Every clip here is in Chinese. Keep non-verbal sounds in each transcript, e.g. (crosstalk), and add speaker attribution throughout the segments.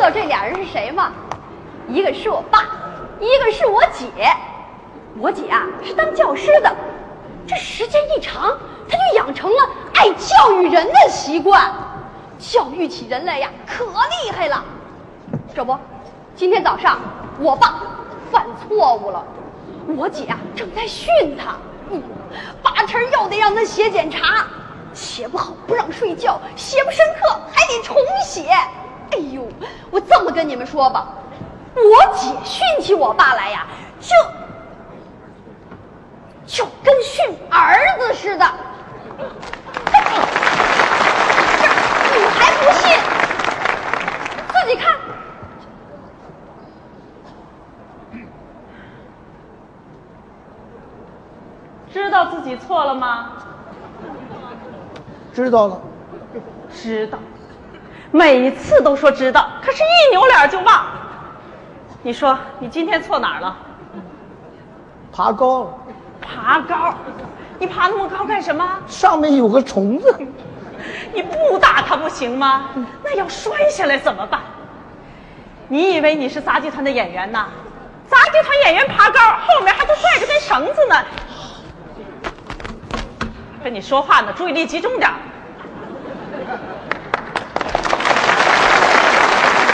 Speaker 1: 道这俩人是谁吗？一个是我爸，一个是我姐。我姐啊是当教师的，这时间一长，她就养成了爱教育人的习惯，教育起人来呀可厉害了。这不，今天早上我爸犯错误了，我姐啊正在训他，嗯，八成又得让他写检查，写不好不让睡觉，写不深刻还得重写。哎呦，我这么跟你们说吧，我姐训起我爸来呀，就就跟训儿子似的。 (laughs) 这你还不信？自己看。
Speaker 2: 知道自己错了吗？
Speaker 3: 知道了，
Speaker 2: 知道，每一次都说知道，可是一扭脸就忘。你说你今天错哪儿了？
Speaker 3: 爬高了，
Speaker 2: 爬高，你爬那么高干什么？
Speaker 3: 上面有个虫子，
Speaker 2: (laughs) 你不打他不行吗？那要摔下来怎么办？你以为你是杂技团的演员呐？杂技团演员爬高，后面还都拽着根绳子呢。 (sighs) 跟你说话呢，注意力集中点儿。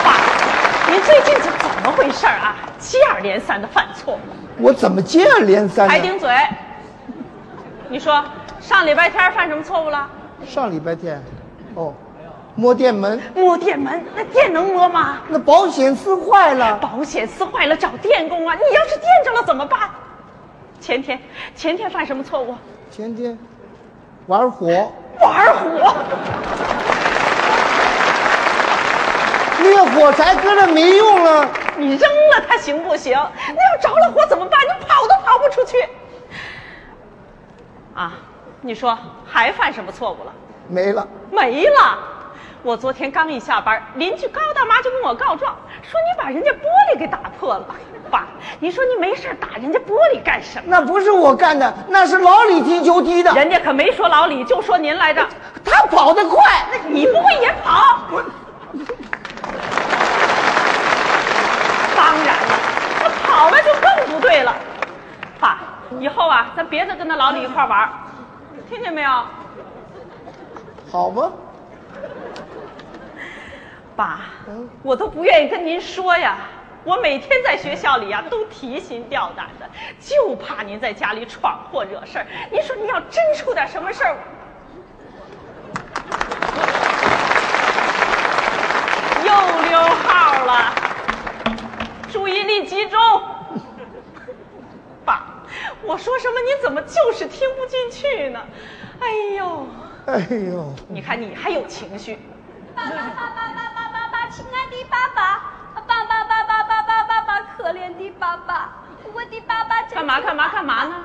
Speaker 2: 爸，您最近是怎么回事儿啊？接二连三的犯错，
Speaker 3: 我怎么接二连三
Speaker 2: 还
Speaker 3: 呢？
Speaker 2: 顶嘴。你说上礼拜天儿犯什么错误了？
Speaker 3: 上礼拜天，哦，摸电门，
Speaker 2: 摸电门，那电能摸吗？
Speaker 3: 那保险丝坏了，
Speaker 2: 保险丝坏了找电工啊！你要是电着了怎么办？前天，前天犯什么错误？
Speaker 3: 前天玩火
Speaker 2: 玩火，
Speaker 3: 灭火柴搁那没用了，
Speaker 2: 你扔了它行不行？那要着了火怎么办？你跑都跑不出去。啊，你说还犯什么错误了？
Speaker 3: 没了，
Speaker 2: 没了。我昨天刚一下班，邻居高大妈就跟我告状，说你把人家玻璃给打破了。爸，你说你没事儿打人家玻璃干什么？
Speaker 3: 那不是我干的，那是老李踢球踢的，
Speaker 2: 人家可没说老李，就说您来着。
Speaker 3: 他跑得快，
Speaker 2: 那你不会也跑？当然了，那跑了就更不对了。爸，以后啊，咱别再跟那老李一块玩儿，听见没有？
Speaker 3: 好吧，
Speaker 2: 爸，我都不愿意跟您说呀。我每天在学校里呀、啊都提心吊胆的，就怕您在家里闯祸惹事儿。您说您要真出点什么事儿，又溜号了，注意力集中。爸，我说什么您怎么就是听不进去呢？哎呦，
Speaker 3: 哎呦，
Speaker 2: 你看你还有情绪。
Speaker 1: 爸爸爸爸爸爸爸爸，亲爱的爸爸，爸爸爸爸爸爸爸爸，可怜的爸爸，我的爸爸真
Speaker 2: 干嘛干嘛干嘛呢？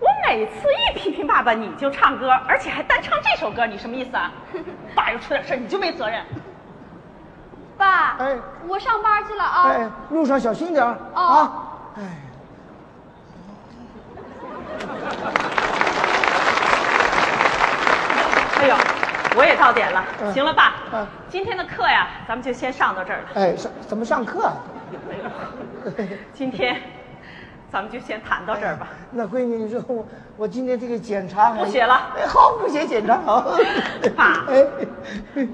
Speaker 2: 我每次一批评爸爸，你就唱歌，而且还单唱这首歌，你什么意思
Speaker 3: (laughs)
Speaker 2: 啊？爸要出点事儿，你就没责任？
Speaker 1: 爸，
Speaker 3: 哎
Speaker 1: 我上班去了啊。
Speaker 3: 哎，路上小心点儿
Speaker 1: 哦
Speaker 3: 啊，哎，
Speaker 2: 哎呦，我也到点了。
Speaker 3: 嗯
Speaker 2: 行了，爸，
Speaker 3: 嗯
Speaker 2: 今天的课呀，咱们就先上到这儿了。
Speaker 3: 哎，上怎么上课啊？
Speaker 2: 今
Speaker 3: (laughs)
Speaker 2: 天，咱们就先谈到这儿吧。
Speaker 3: 那闺女，你说我我今天这个检查还
Speaker 2: 不写了
Speaker 3: 哎， (laughs) 好，不写检查
Speaker 2: (laughs)
Speaker 3: 好。
Speaker 2: 爸
Speaker 3: 哎，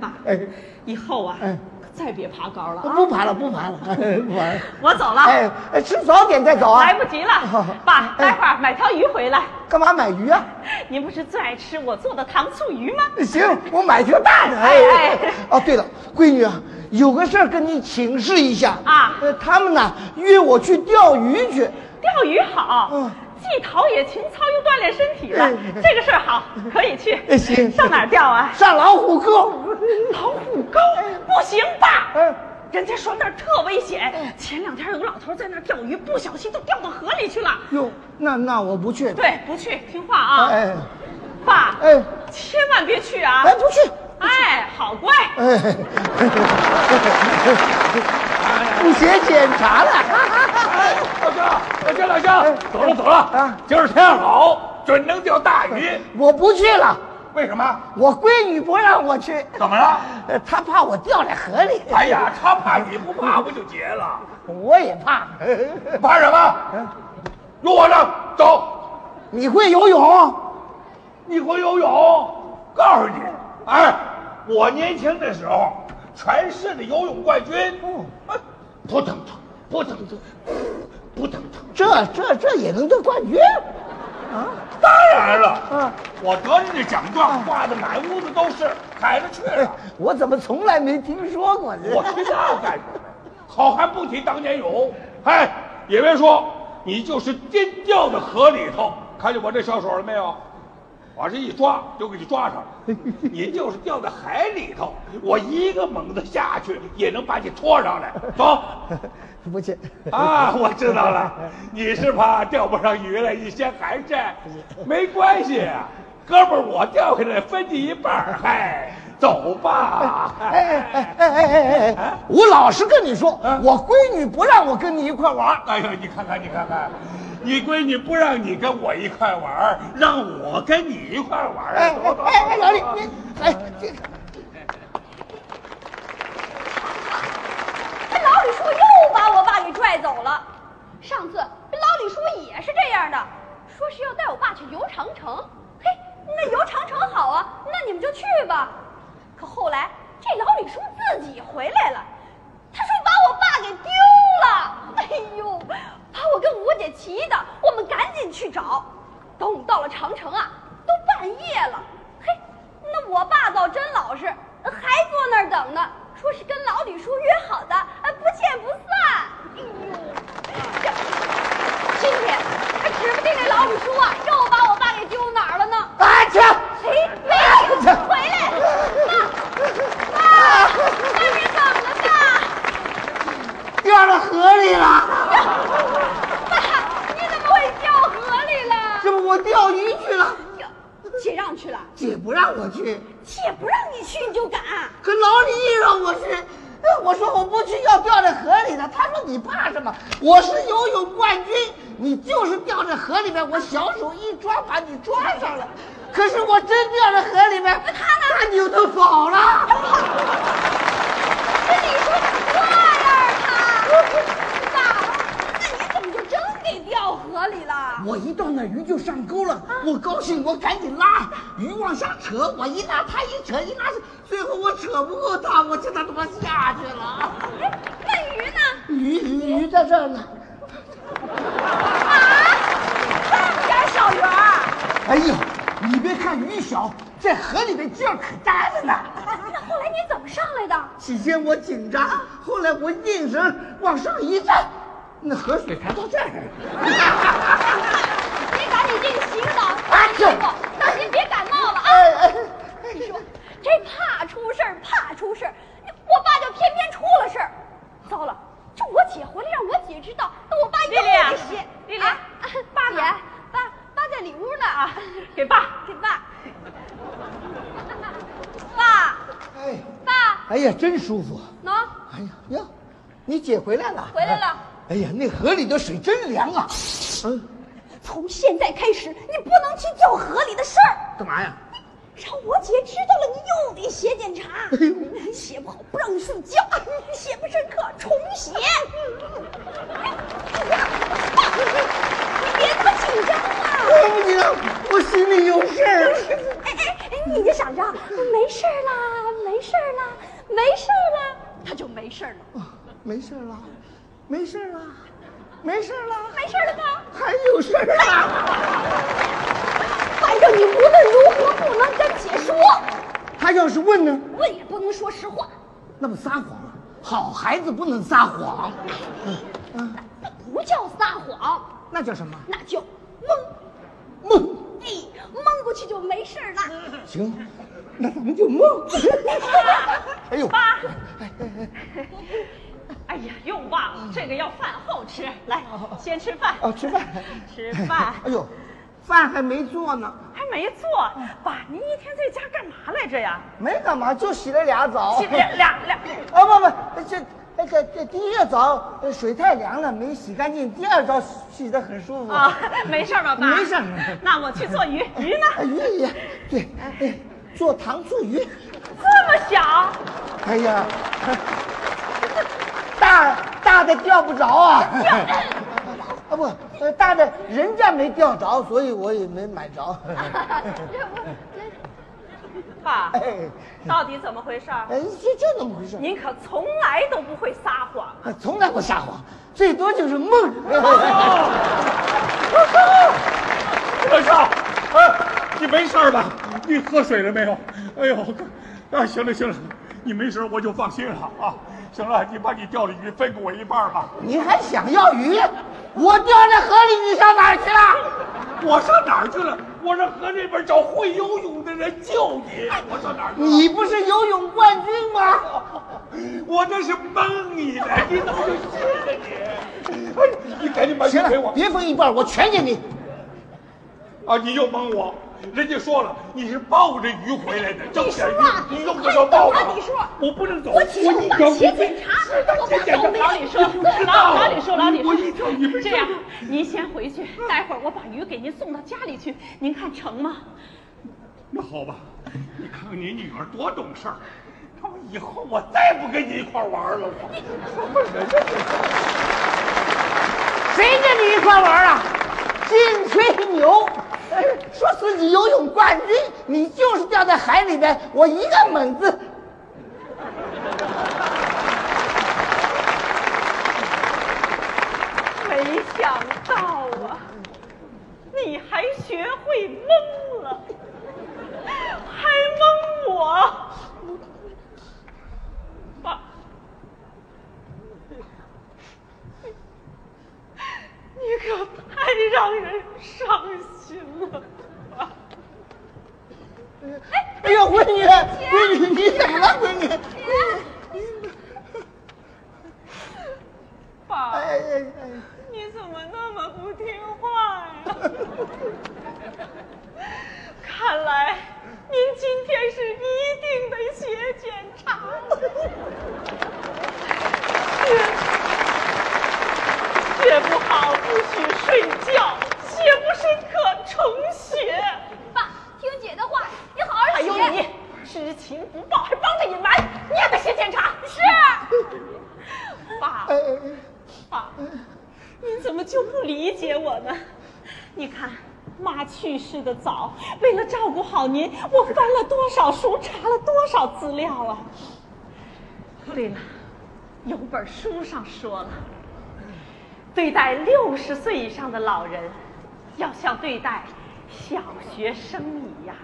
Speaker 2: 爸
Speaker 3: 哎，
Speaker 2: 以后啊，
Speaker 3: 嗯
Speaker 2: 可再别爬高了啊！
Speaker 3: 不爬了，不爬了，不
Speaker 2: (laughs)
Speaker 3: 爬了。
Speaker 2: 我走了，
Speaker 3: 哎，哎吃早点再走啊！
Speaker 2: 啊来不及了。爸，待会儿买条鱼回来。
Speaker 3: 干嘛买鱼啊？
Speaker 2: 您不是最爱吃我做的糖醋鱼吗？
Speaker 3: 行，我买条大的。哎
Speaker 2: 哎哎
Speaker 3: 哦，对了，闺女啊，有个事儿跟你请示一下
Speaker 2: 啊
Speaker 3: 呃，他们呢约我去钓鱼去，
Speaker 2: 钓鱼好，
Speaker 3: 嗯
Speaker 2: 既陶冶情操又锻炼身体了，
Speaker 3: 哎
Speaker 2: (laughs) 这个事儿好，可以去。
Speaker 3: 哎行哎
Speaker 2: 上哪儿钓啊？
Speaker 3: 上老
Speaker 2: (laughs)
Speaker 3: 虎沟。
Speaker 2: 老虎沟不行吧？
Speaker 3: 哎
Speaker 2: 人家说那儿特危
Speaker 3: 嗯
Speaker 2: 险。前两天有老头在那儿钓鱼，不小心都掉到河里去了。
Speaker 3: 哟，那那我不去。
Speaker 2: 对，不去，听话啊，
Speaker 3: 哎
Speaker 2: 爸，
Speaker 3: 哎
Speaker 2: 千万别去啊！
Speaker 3: 哎，不去。
Speaker 2: 哎，好乖，
Speaker 3: 哎，不写检查了。
Speaker 4: 哎老乡，老乡，老乡，走了走了
Speaker 3: 哎啊哎
Speaker 4: 今儿天好，准能钓大鱼。
Speaker 3: 我不去了，
Speaker 4: 为什么？
Speaker 3: 我闺女不让我去，
Speaker 4: 怎么了？
Speaker 3: 呃她怕我掉在河里。
Speaker 4: 哎呀，他怕你不怕不就结了？
Speaker 3: 我也怕。哎
Speaker 4: 怕什么？有我呢，走！
Speaker 3: 你会游泳？
Speaker 4: 你会游泳？告诉你，哎，我年轻的时候，全市的游泳冠军。
Speaker 3: 哦
Speaker 4: 哎，扑腾腾，扑腾腾，扑腾腾。
Speaker 3: 这这这也能得冠军？
Speaker 4: 当然了，
Speaker 3: 嗯
Speaker 4: 我得着这奖状，挂的满屋子都是，凯子去
Speaker 3: 哎
Speaker 4: 了。
Speaker 3: 我怎么从来没听说过呢？
Speaker 4: 我去那干什么呀？好汉不提当年勇。哎，也别说，你就是颠掉到河里头，看见我这小手了没有？我这一抓就给你抓上了。你就是掉在海里头，我一个猛子下去也能把你拖上来。走。
Speaker 3: 不去。
Speaker 4: 啊，我知道了，你是怕钓不上鱼了，你嫌寒碜，没关系，啊哥们儿，我钓下来分你一半儿，嗨，走吧。
Speaker 3: 哎哎哎哎哎哎哎哎！我老实跟你说，
Speaker 4: 啊
Speaker 3: 我闺女不让我跟你一块玩儿。
Speaker 4: 哎呦，你看看，你看看，你闺女不让你跟我一块玩儿，让我跟你一块玩儿。
Speaker 3: 哎
Speaker 4: 走
Speaker 3: 哎
Speaker 4: 走
Speaker 3: 哎哎，
Speaker 4: 走
Speaker 3: 老李
Speaker 4: 走，
Speaker 3: 你哎这个
Speaker 1: 那老李叔又把我爸给拽走了。上次那老李叔也是这样的，说是要带我爸去游长城。嘿，那游长城好啊，那你们就去吧。可后来这老李叔自己回来了，他说把我爸给丢了。哎呦，把我跟吴姐急的，我们赶紧去找。等我们到了长城啊，都半夜了。嘿，那我爸倒真老实，还坐那儿等呢，说是跟老李叔约好的，呃不见不散。哎呦，这今天还指不定这老李叔啊，又把我爸给丢哪儿了呢？
Speaker 3: 啊去！
Speaker 1: 哎，没事，回来，爸，爸，爸你怎么了，爸？
Speaker 3: 掉到河里了，
Speaker 1: 爸，你怎么会掉河里了？哎
Speaker 3: 这不我钓鱼去了，
Speaker 1: 姐让去了，
Speaker 3: 姐不让我去，
Speaker 1: 姐不让你去你就敢，啊
Speaker 3: 可老李硬让我去。哎我说我不去，要掉在河里的。他说你怕什么？我是游泳冠军，你就是掉在河里面，我小手一抓把你抓上了。可是我真掉在河里面，他呢？他扭头走了。
Speaker 1: 这李叔怎么这样啊？爸，那你怎么就真给掉河里了？
Speaker 3: 我一到那鱼就上钩了，我高兴，我赶紧拉鱼往下扯，我一拉他一扯一拉，最后我扯不过他，我就他妈下去了。
Speaker 1: 哎，那鱼呢？
Speaker 3: 鱼鱼鱼在这儿呢。
Speaker 1: 这么点小鱼儿，
Speaker 3: 哎呦，你别看鱼小，在河里面劲儿可大着呢。
Speaker 1: 那后来你怎么上来的？
Speaker 3: 起先我紧张，后来我硬绳往上一站，那河水才到这儿。
Speaker 1: 你赶紧进去洗个澡，
Speaker 3: 哎
Speaker 1: 洗衣服，当心别感冒了
Speaker 3: 哎
Speaker 1: 啊！
Speaker 3: 哎
Speaker 1: 你说这怕出事儿，怕出事儿，我爸就偏偏出了事儿。糟了，这我姐回来让我姐知道，那我爸又
Speaker 2: 丽丽啊
Speaker 1: 得写。
Speaker 2: 丽丽啊
Speaker 1: 啊
Speaker 2: 爸呢
Speaker 1: 姐爸爸在里屋呢。
Speaker 2: 啊，给爸，
Speaker 1: 给爸， (laughs) 爸
Speaker 3: 哎，
Speaker 1: 爸，
Speaker 3: 哎呀，真舒服。
Speaker 1: 喏、
Speaker 3: 哎呀呀，你姐回来了？
Speaker 1: 回来了。
Speaker 3: 哎呀，那河里的水真凉啊！嗯，
Speaker 1: 从现在开始，你不能去做河里的事儿。
Speaker 3: 干嘛呀？
Speaker 1: 让我姐知道了，你又得写检查，写不好不让你睡觉，写不深刻重写。你别那么紧张啊！
Speaker 3: 对不起啊，我心里有事儿。
Speaker 1: 哎哎哎，你就想着没事儿啦，没事儿啦，没事儿啦，他就没事儿了，
Speaker 3: 没事儿啦，没事儿啦，没事儿啦，
Speaker 1: 没事儿了吧？
Speaker 3: 还有事儿啊！
Speaker 1: 反正你无论如何不能跟姐说，
Speaker 3: 他要是问呢，
Speaker 1: 问也不能说实话。
Speaker 3: 那不撒谎？啊好孩子不能撒谎，
Speaker 1: 不叫撒谎，
Speaker 3: 那叫什么？
Speaker 1: 那叫蒙。
Speaker 3: 梦。
Speaker 1: 哎，蒙过去就没事儿了。
Speaker 3: 行，那咱们就梦。哎呦，
Speaker 2: 爸。哎呀，用忘了，这个要饭后吃。来，先吃饭。
Speaker 3: 哦，吃饭，
Speaker 2: 吃饭
Speaker 3: 哎呦，饭还没做呢，
Speaker 2: 还没做，
Speaker 3: 嗯
Speaker 2: 爸，您一天在家干嘛来着呀？
Speaker 3: 哦没干嘛，就洗了俩澡。哦
Speaker 2: 俩俩俩，
Speaker 3: 啊不不，这那个这第一个澡呃水太凉了，没洗干净；第二澡洗的很舒服
Speaker 2: 啊，没事儿吧，爸？
Speaker 3: 没事儿
Speaker 2: 那我去做鱼，鱼呢？
Speaker 3: 哎鱼也对，哎，做糖醋鱼。
Speaker 2: 这么小，
Speaker 3: 哎呀，大大的钓不着
Speaker 4: (laughs)
Speaker 3: 啊！啊不，呃大的人家没钓着，所以我也没买着。
Speaker 4: (laughs)
Speaker 2: 爸
Speaker 3: 哎，，
Speaker 2: 到底怎么回事儿？
Speaker 3: 哎就就那么回事儿。
Speaker 2: 您可从来都不会撒谎。
Speaker 3: 啊从来不撒谎，最多就是梦。
Speaker 4: 哦我操！哎，你没事儿吧？你喝水了没有？哎呦，那行了行了，你没事儿我就放心了啊。行了，你把你钓的鱼分给我一半儿吧。
Speaker 3: (laughs) 你还想要鱼？我掉在河里，你上哪儿去了？
Speaker 4: 我上哪儿去了？我上河那边找会游泳的人救你。我上哪儿去了？
Speaker 3: 你不是游泳冠军吗？
Speaker 4: 哦
Speaker 3: 嗯
Speaker 4: 我这是蒙你的，你怎么就信了你？哎，你赶紧把鱼
Speaker 3: 行
Speaker 4: 给
Speaker 3: 了，
Speaker 4: 我
Speaker 3: 别分一半，我全给你。
Speaker 4: 啊！你又蒙我，人家说了你是抱着鱼回来的，挣
Speaker 1: 你
Speaker 4: 点
Speaker 1: 说啊
Speaker 4: 鱼，你用不着抱着
Speaker 1: 你快走啊你说
Speaker 4: 我不能走，
Speaker 1: 我只是
Speaker 4: 一
Speaker 1: 把
Speaker 4: 条
Speaker 1: 鞋
Speaker 4: 鱼
Speaker 1: 检查
Speaker 4: 是的
Speaker 1: 我
Speaker 4: 鞋
Speaker 1: 把
Speaker 4: 检查
Speaker 3: 哎
Speaker 1: 手没
Speaker 2: 老李说，
Speaker 4: 你不知
Speaker 2: 老
Speaker 4: 道
Speaker 2: 老李说，老李
Speaker 4: 我一条鱼
Speaker 2: 说，
Speaker 4: 没
Speaker 2: 这样，您先回去，待会儿我把鱼给您送到家里去，您看成吗？
Speaker 4: (laughs) 那好吧，你看看你女儿多懂事儿，他妈以后我再不跟你一块儿玩儿了，我什么人呀你？
Speaker 3: 谁跟你一块玩啊？金吹牛，呃说自己游泳冠军，你就是掉在海里边，我一个猛子。
Speaker 2: 没想到啊，你还学会蒙了，还蒙我，爸，你可太让人伤心了，爸。
Speaker 3: 哎呦，闺女，闺女，你怎么了，闺女？
Speaker 2: 爸
Speaker 3: 哎哎哎！
Speaker 2: 你怎么那么不听话呀？看来您今天是一定得写检查写写不好不许睡觉，写不深可重写。
Speaker 1: (laughs) 爸，听姐的话，你好好写。
Speaker 2: 还有哎你，知情不报还帮着隐瞒，你也得写检查。是，啊爸。
Speaker 3: 哎哎哎
Speaker 2: 爸，啊你怎么就不理解我呢？你看，妈去世的早，为了照顾好您，我翻了多少书，查了多少资料啊！对了，有本书上说了，对待六十岁以上的老人，要像对待小学生一样。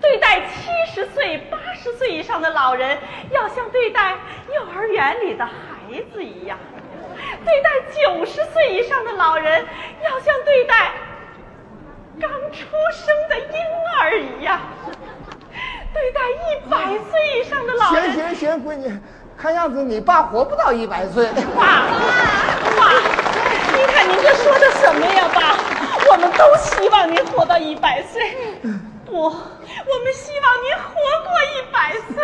Speaker 2: 对待七十岁、八十岁以上的老人，要像对待幼儿园里的孩子一样；对待九十岁以上的老人，要像对待刚出生的婴儿一样；对待一百岁以上的老人
Speaker 3: 行，行行，闺女，看样子你爸活不到一百岁。
Speaker 2: 爸，爸，您看您这说的什么呀，爸？我们都希望您活到一百岁，不，我们希望您活过一百岁。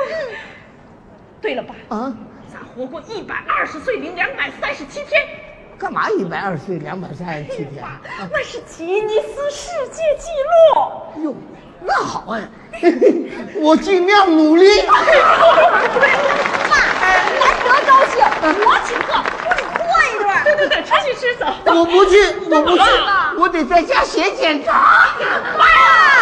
Speaker 2: 对了，爸，
Speaker 3: 啊，
Speaker 2: 咱活过一百二十岁零两百三十七天，
Speaker 3: 干嘛一百二十岁两百三十七天？啊
Speaker 2: 爸，那是吉尼斯世界纪录。
Speaker 3: 哟，哎那好哎， (laughs) 我尽量努力。
Speaker 2: 哎
Speaker 1: 难得高兴，我请客，不许过一顿儿。
Speaker 2: 对对对，出去吃走。
Speaker 3: 我不去，我
Speaker 2: 怎
Speaker 3: 不
Speaker 2: 么了
Speaker 3: 去，我得在家写检查。
Speaker 2: 爸。